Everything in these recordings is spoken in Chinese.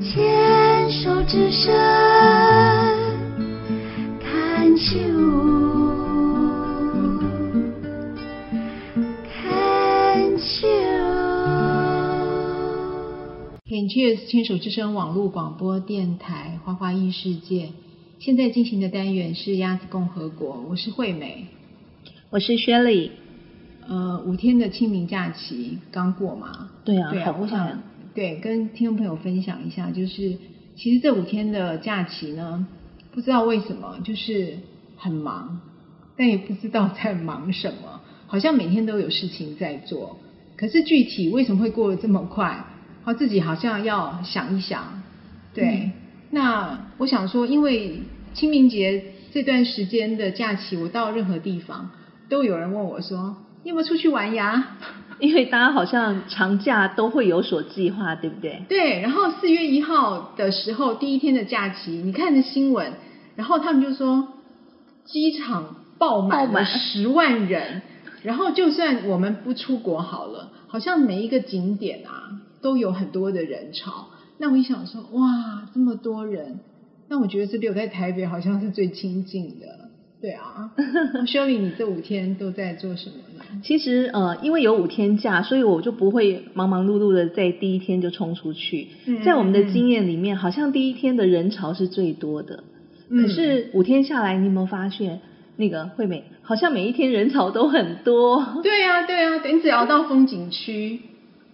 牵手之声，看秋。看秋。 Can Cheers 牵手之声网络广播电台《花花异世界》，现在进行的单元是鸭子共和国，我是惠美。我是 Shirley。呃，五天的清明假期刚过嘛，对啊，对啊好，我快想啊！对跟听众朋友分享一下，就是其实这五天的假期呢，不知道为什么就是很忙，但也不知道在忙什么，好像每天都有事情在做，可是具体为什么会过得这么快，好自己好像要想一想。对，嗯那我想说，因为清明节这段时间的假期，我到任何地方都有人问我说，你有没有出去玩呀？ 因为大家好像长假都会有所计划，对不对？对，然后四月一号的时候，第一天的假期，你看着新闻，然后他们就说机场爆满爆了满十万人，然后就算我们不出国好了，好像每一个景点啊都有很多的人潮。那我一想说，哇，这么多人，那我觉得是留在台北好像是最亲近的。对啊修理你这五天都在做什么呢？其实呃，因为有五天假，所以我就不会忙忙碌碌的在第一天就冲出去。嗯 在我们的嗯经验里面，好像第一天的人潮是最多的。嗯可呃是五天下来，你有没有发现那个惠美好像每一天人潮都很多？对呀、对呀、你只要到风景区，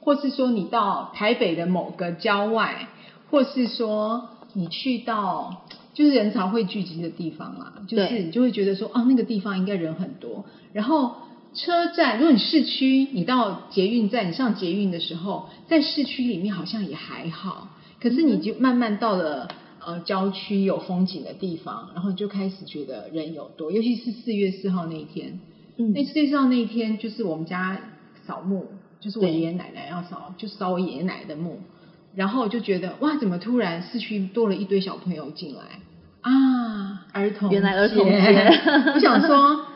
或是说你到台北的某个郊外，或是说你去到就是人潮会聚集的地方啦，就是对你就会觉得说啊，那个地方应该人很多。然后车站，如果你市区，你到捷运站，你上捷运的时候，在市区里面好像也还好，可是你就慢慢到了。呃，郊区有风景的地方，然后你就开始觉得人有多，尤其是四月四号那一天，嗯那，最上那一天就是我们家扫墓，就是我对爷爷奶奶要扫，就扫我爷爷奶奶的墓。然后我就觉得哇，怎么突然市区多了一堆小朋友进来啊？儿童原来儿童节节， 我想说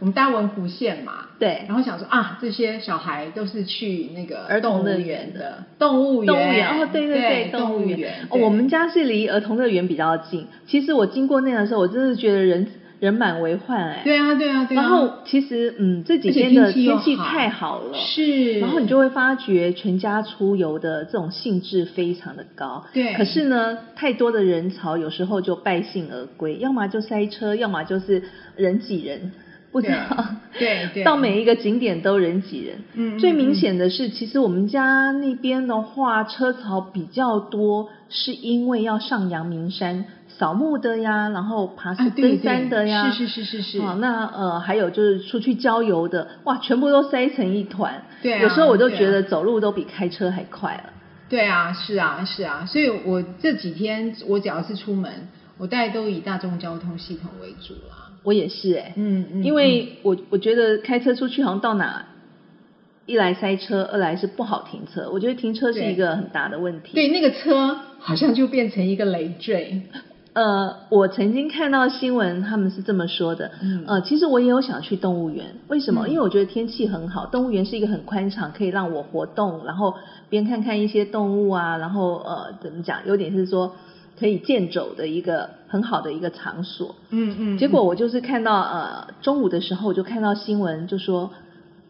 我们大文湖县嘛，对然后想说啊，这些小孩都是去那个儿动童物乐园园的动物园，动物园哦，对对对，动物园。哦，对我们家是离儿童乐园比较近。其实我经过那的时候，我真的觉得人人满为患哎。对啊对啊对啊，然后其实嗯，这几而且天的天气又天气好太好了，是，然后你就会发觉全家出游的这种兴致非常的高。对可是呢，太多的人潮有时候就败兴而归，要么就塞车，要么就是人挤人，不知道。 对对，到每一个景点都人挤人。嗯嗯最明显的是，其实我们家那边的话，车潮比较多，是因为要上阳明山扫墓的呀，然后爬啊山、对登山的呀，对是是是是是好，那呃，还有就是出去郊游的，哇，全部都塞成一团。对啊有时候我都对啊觉得走路都比开车还快了。对啊，是啊，是啊，所以我这几天我只要是出门，我大概都以大众交通系统为主啦。我也是哎、嗯嗯，因为我我觉得开车出去好像到哪，一来塞车，二来是不好停车。我觉得停车是对一个很大的问题。对那个车好像就变成一个累赘。呃，我曾经看到新闻，他们是这么说的。嗯呃，其实我也有想去动物园，为什么？嗯因为我觉得天气很好，动物园是一个很宽敞，可以让我活动，然后边看看一些动物啊，然后呃，怎么讲，有点是说可以健走的一个很好的一个场所。嗯嗯结果我就是看到呃中午的时候，我就看到新闻就说，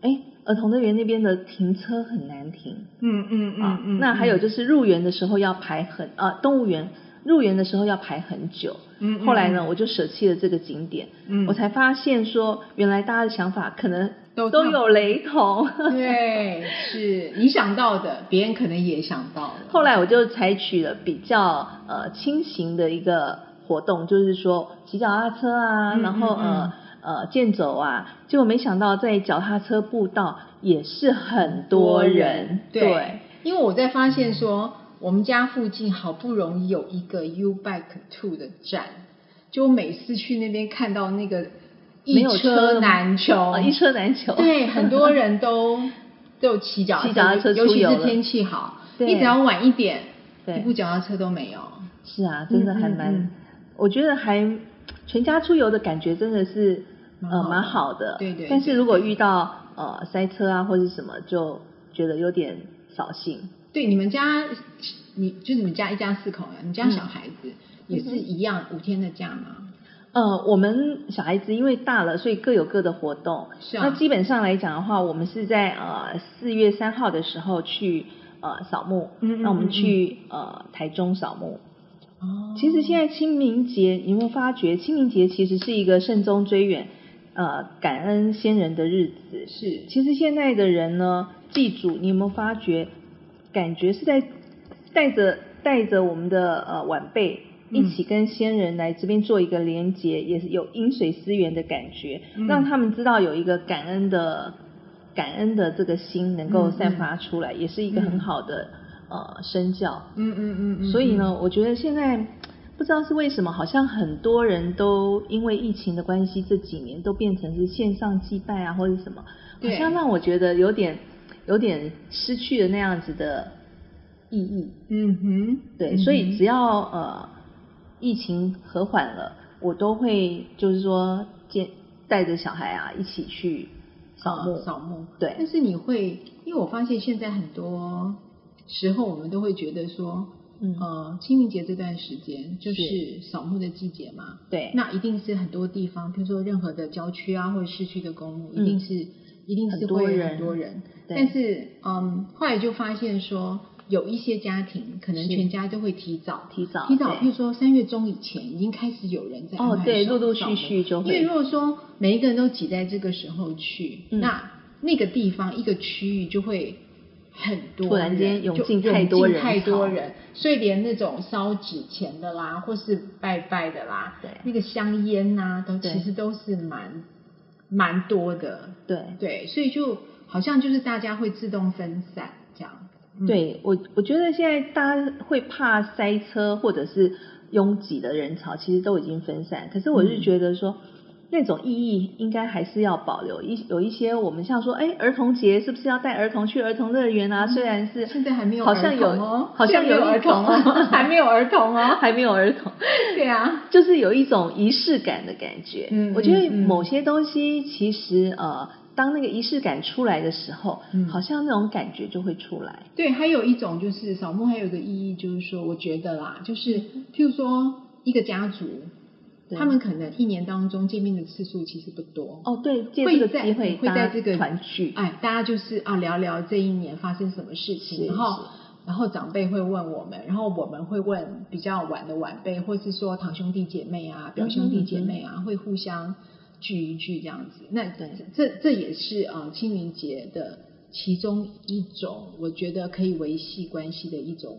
哎，儿童乐园那边的停车很难停。嗯嗯啊嗯嗯，那还有就是入园的时候要排很啊，动物园入园的时候要排很久。嗯嗯后来呢，嗯我就舍弃了这个景点。嗯我才发现说，原来大家的想法可能都差不多有雷同。对，是你想到的，别人可能也想到了。后来我就采取了比较呃轻型的一个活动，就是说骑脚踏车啊，嗯然后嗯嗯呃呃健走啊，结果没想到在脚踏车步道也是很多人，对，因为我在发现说，我们家附近好不容易有一个 U Bike Two 的站，就我每次去那边看到那个没一有车车难求，啊一车难求 对，很多人都都骑脚踏骑脚踏车尤出其游是了天气好，对你只要晚一点，对一部脚踏车都没有。是啊，真的还嗯蛮，嗯嗯我觉得还全家出游的感觉真的是蛮呃好蛮的好的，对对但是对如果遇到呃塞车啊或者什么，就觉得有点扫兴。对，你们家，你就你们家一家四口啊，你们家嗯小孩子也是一样五天的假吗？呃，我们小孩子因为大了，所以各有各的活动。是啊那基本上来讲的话，我们是在呃四月三号的时候去呃扫墓，嗯嗯那我嗯们嗯去呃台中扫墓。哦其实现在清明节，你有没有发觉清明节其实是一个慎终追远、呃感恩先人的日子？是其实现在的人呢，祭祖，你有没有发觉，感觉是在带着带着我们的呃晚辈。嗯一起跟先人来这边做一个连结，也是有饮水思源的感觉，嗯让他们知道有一个感恩的感恩的这个心能够嗯散嗯发出来，也是一个嗯很好的、呃身教。嗯嗯嗯嗯，所以呢，嗯，我觉得现在不知道是为什么，好像很多人都因为疫情的关系，这几年都变成是线上祭拜啊，或者什么，好对像让我觉得有点有点失去了那样子的意义。嗯哼，对，嗯所哼以只要呃疫情和缓了，我都会就是说见带着小孩啊一起去扫墓。啊扫墓，对但是你会，因为我发现现在很多时候我们都会觉得说，嗯呃，清明节这段时间就是是扫墓的季节嘛，对，那一定是很多地方，比如说任何的郊区啊，或者市区的公路，嗯一定是一定是很多会有人很多人。对但是，嗯，后来就发现说，有一些家庭可能是全家都会提早提早提早，对譬如说三月中以前已经开始有人在哦安排对扫陆陆续续扫墓就会因为如果说每一个人都挤在这个时候去，嗯那那个地方一个区域就会。很多人，突然间涌就进太多人太多潮人，所以连那种烧纸钱的啦，或是拜拜的啦，对那个香烟呐、都对其实都是蛮蛮多的，对。对，所以就好像就是大家会自动分散这样，嗯，对我，我觉得现在大家会怕塞车或者是拥挤的人潮，其实都已经分散。可是我是嗯觉得说，那种意义应该还是要保留。一有一些我们像说，哎，儿童节是不是要带儿童去儿童乐园啊？虽然是嗯现在还没有好儿像有童哦，好像现在没有一儿种童 哦，还没有儿童哦，还没有儿童，对啊，就是有一种仪式感的感觉。嗯我觉得嗯嗯某些东西其实呃，当那个仪式感出来的时候，嗯好像那种感觉就会出来。对，还有一种就是扫墓，还有一个意义就是说，我觉得啦，就是譬如说一个家族，对他们可能一年当中见面的次数其实不多，哦，对，借这个在机会会大在家这个团聚，哎，大家就是啊聊聊这一年发生什么事情，是然后是然后长辈会问我们，然后我们会问比较晚的晚辈，或是说堂兄弟姐妹啊、表兄弟姐妹嗯啊，会互相聚一聚这样子。那对这这也是呃清明节的其中一种，我觉得可以维系关系的一种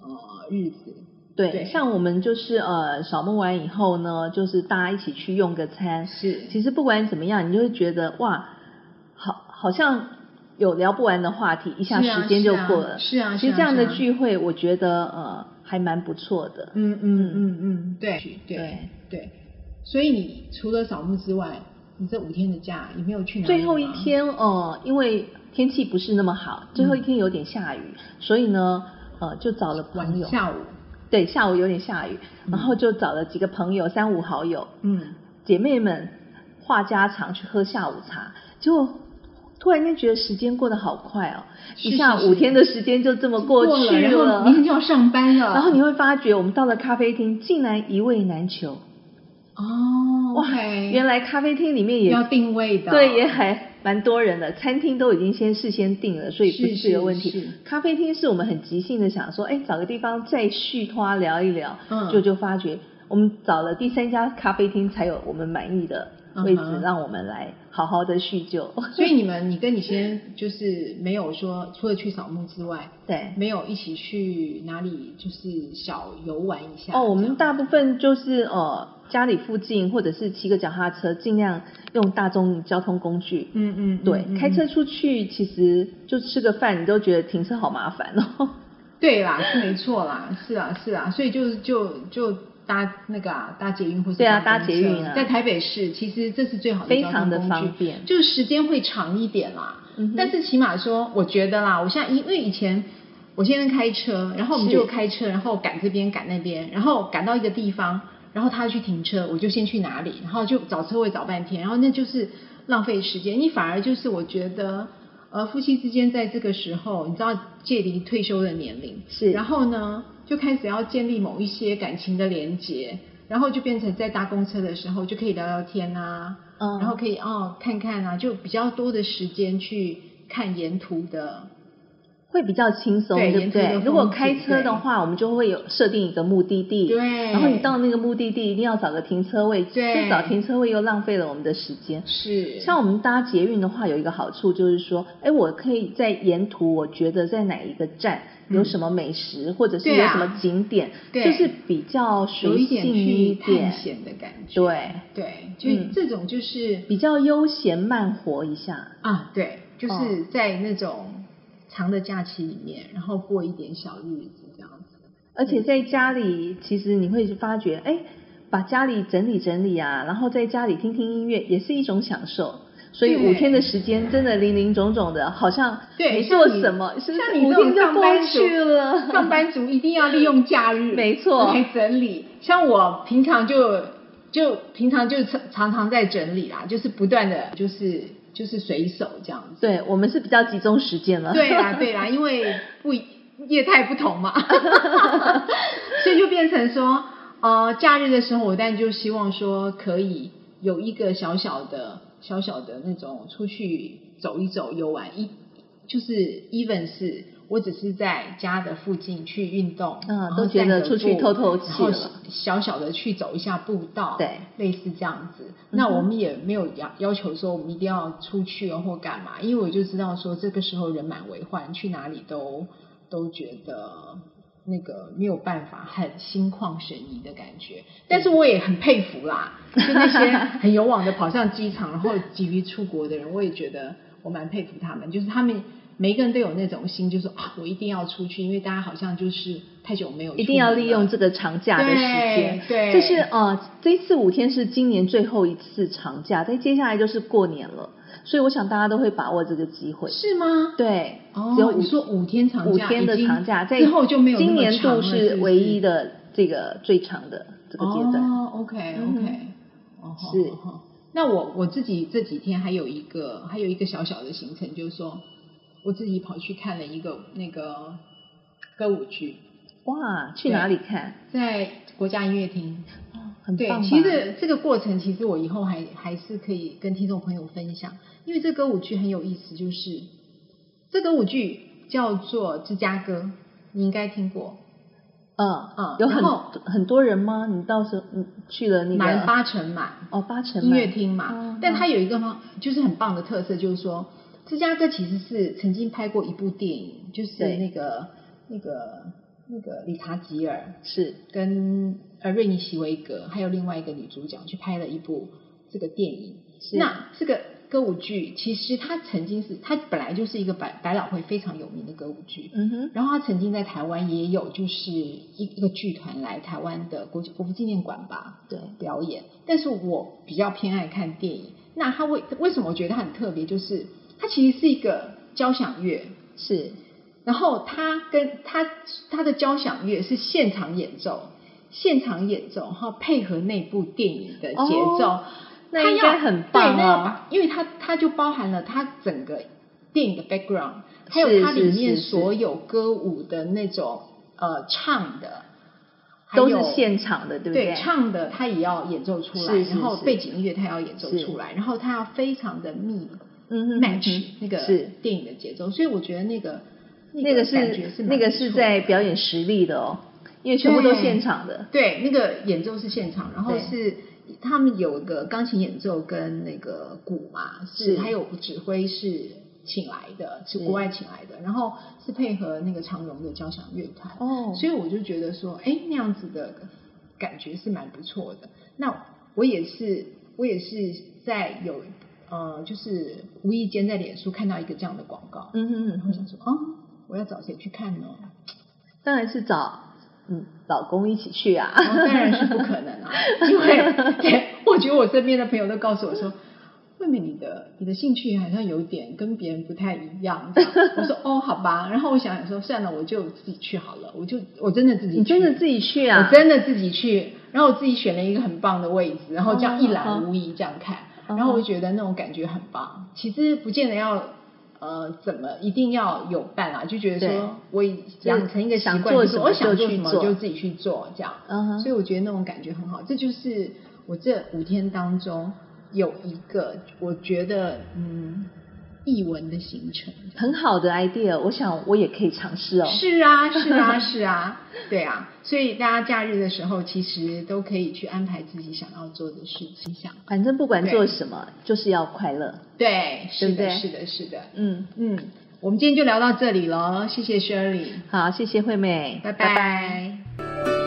呃日子。对，对像我们就是呃扫墓完以后呢，就是大家一起去用个餐。是其实不管怎么样，你就会觉得哇，好，好像有聊不完的话题，一下是啊时间就过是了。啊是啊是其实啊这样的是啊聚会，我觉得呃还蛮不错的。嗯嗯嗯嗯，对对对，对。所以你除了扫墓之外，你这五天的假也没有去哪里最后一吗天呃，因为天气不是那么好，最嗯后一天有点下雨，所以呢呃就找了朋晚友。下午，对，下午有点下雨，嗯然后就找了几个朋友，三五好友，嗯，姐妹们话家常去喝下午茶，结果突然间觉得时间过得好快哦，是一下是是五天的时间就这么过去了，然后明天就要上班了， 然后你会发觉，我们到了咖啡厅，竟然一位难求。哦，哇 OK 原来咖啡厅里面也要定位的，对，也还蛮多人的。餐厅都已经先事先定了，所以不是是是个问题。是咖啡厅是我们很即兴的想说，哎，找个地方再续花聊一聊，嗯 就就发觉我们找了第三家咖啡厅才有我们满意的位置，嗯哼让我们来好好的叙旧。 所以你们，你跟你先生就是没有说，除了去扫墓之外，对。没有一起去哪里就是小游玩一下。哦，我们这样大部分就是呃家里附近或者是骑个脚踏车，尽量用大众交通工具。嗯嗯，嗯对，嗯开嗯车出去其实就吃个饭，你都觉得停车好麻烦哦。 对啦，是没错啦，是啊是啊，所以就是就就搭那个啊，搭捷运或是对啊搭搭公捷车运啊在台北市其实这是最好的非交常通的工方具便就是时间会长一点啦。嗯哼但是起码说，我觉得啦，我现在因为以前。我先生开车，然后我们是就开车，然后赶这边赶那边，然后赶到一个地方，然后他去停车，我就先去哪里，然后就找车位找半天，然后那就是浪费时间。你反而就是我觉得，呃，夫妻之间在这个时候，你知道距离退休的年龄，是然后呢就开始要建立某一些感情的连结，然后就变成在搭公车的时候就可以聊聊天啊，嗯然后可以哦看看啊，就比较多的时间去看沿途的会比较轻松，对对不沿途的对风？景如果开车的话，我们就会有设定一个目的地，对然后你到那个目的地一定要找个停车位，对就找停车位又浪费了我们的时间。是像我们搭捷运的话，有一个好处就是说，哎，我可以在沿途，我觉得在哪一个站嗯有什么美食，或者是对有啊什么景点，对就是比较有随一性点一去点探，险的感觉，对，对，就嗯这种就是、比较悠闲慢活一下。啊，对，就哦是在那种长的假期里面，然后过一点小日子这样子，而且在家里，其实你会发觉，哎，把家里整理整理啊，然后在家里听听音乐，也是一种享受。所以对五天的时间真的零零总总的，好像对没像做你什么，是像你五这种天就上过班族去 了。上班族一定要利用假日， 没错来整理。像我平常就就平常就常常常在整理啦，就是不断的就是就是随手这样子。对我们是比较集中实践 了。对啦对啦，因为不一业态不同 嘛，所以就变成说，呃，假日的时候，我当然就希望说可以有一个小小的、小小的那种出去走一走、游玩，一就是 even 是我只是在家的附近去运动，嗯然后都觉散得个出去步透透气然后了小小的去走一下步道，对，类似这样子。嗯那我们也没有要要求说我们一定要出去哦或干嘛，因为我就知道说这个时候人满为患，去哪里都都觉得那个没有办法，很心旷神怡的感觉。但是我也很佩服啦，就那些很勇往的跑上机场，然后急于出国的人，我也觉得我蛮佩服他们，就是他们。每一个人都有那种心，就是说啊，我一定要出去，因为大家好像就是太久没有出门了，一定要利用这个长假的时间。对对这是呃，这次五天是今年最后一次长假，但接下来就是过年了，所以我想大家都会把握这个机会。是吗？对，哦，只有五你说五天长假，五天的已经长假，在之后就没有那今么年长了度是唯一的的这个最长的这个阶段。哦，OK 嗯 OK，、哼哦是。好好好那我我自己这几天还有一个还有一个小小的行程，就是说我自己跑去看了一个那个歌舞剧，哇，去哪里看？在国家音乐厅。哦很对棒，吧。其实这个过程，其实我以后还还是可以跟听众朋友分享，因为这歌舞剧很有意思，就是这歌舞剧叫做《芝加哥》，你应该听过。嗯嗯有很然后很多人吗？你到时候你去了那个满八成满哦八成音满乐厅嘛，哦但它哦有一个方就是很棒的特色，就是说芝加哥其实是曾经拍过一部电影，就是对那个那个那个理查吉尔是跟呃瑞尼席维格还有另外一个女主角去拍了一部这个电影。是那这个歌舞剧其实它曾经是它本来就是一个百百老汇非常有名的歌舞剧，嗯哼然后他曾经在台湾也有，就是一一个剧团来台湾的国国父纪念馆吧对表演，但是我比较偏爱看电影。那他为为什么我觉得他很特别？就是他其实是一个交响乐，是然后他跟他他的交响乐是现场演奏，现场演奏，然后配合那部电影的节奏，哦那他应要该很棒对，那要哦把，因为它它就包含了它整个电影的 background，还有是它里是面是是所有歌舞的那种呃唱的，还都是有现场的，对不对？唱的他也要演奏出来，是是然后是背景音乐他要演奏是出来，然后他要非常的密嗯哼 match 嗯哼那个是电影的节奏，所以我觉得那个那个感觉是那个是在表演。演实力的哦，因为全部都对现场的。对，那个演奏是现场，然后对是他们有个钢琴演奏跟那个鼓嘛，是是嗯还有指挥是请来的，是国外请来的，然后是配合那个长荣的交响乐团，哦所以我就觉得说，哎，那样子的感觉是蛮不错的。那我也是，我也是在有呃，就是无意间在脸书看到一个这样的广告，嗯哼嗯然后哼，想说，哦，我要找谁去看呢？哦当然是找嗯老公一起去啊。哦当然是不可能啊，因为对我觉得我身边的朋友都告诉我说，妹妹你的你的兴趣好像有点跟别人不太一样。这样我说哦，好吧。然后我想想说，算了，我就自己去好了，我就我真的自己去，你真的自己去啊？我真的自己去。然后我自己选了一个很棒的位置，然后这样一览嗯无遗这样看，嗯然后我就觉得那种感觉很棒。其实不见得要呃怎么一定要有伴啊啦，就觉得对说我已养成一个习惯，就就是想做是什么我想就做去什么做就自己去做这样。嗯哼，所以我觉得那种感觉很好。这就是我这五天当中有一个我觉得嗯译文的行程。很好的 idea，我想我也可以尝试哦。是啊，是 啊，是啊，对啊，所以大家假日的时候其实都可以去安排自己想要做的事情，想反正不管对做什么，就是要快乐。对，是对不的，对是的，是的，嗯，嗯，我们今天就聊到这里了，谢谢 Shirley，好，谢谢惠美，拜拜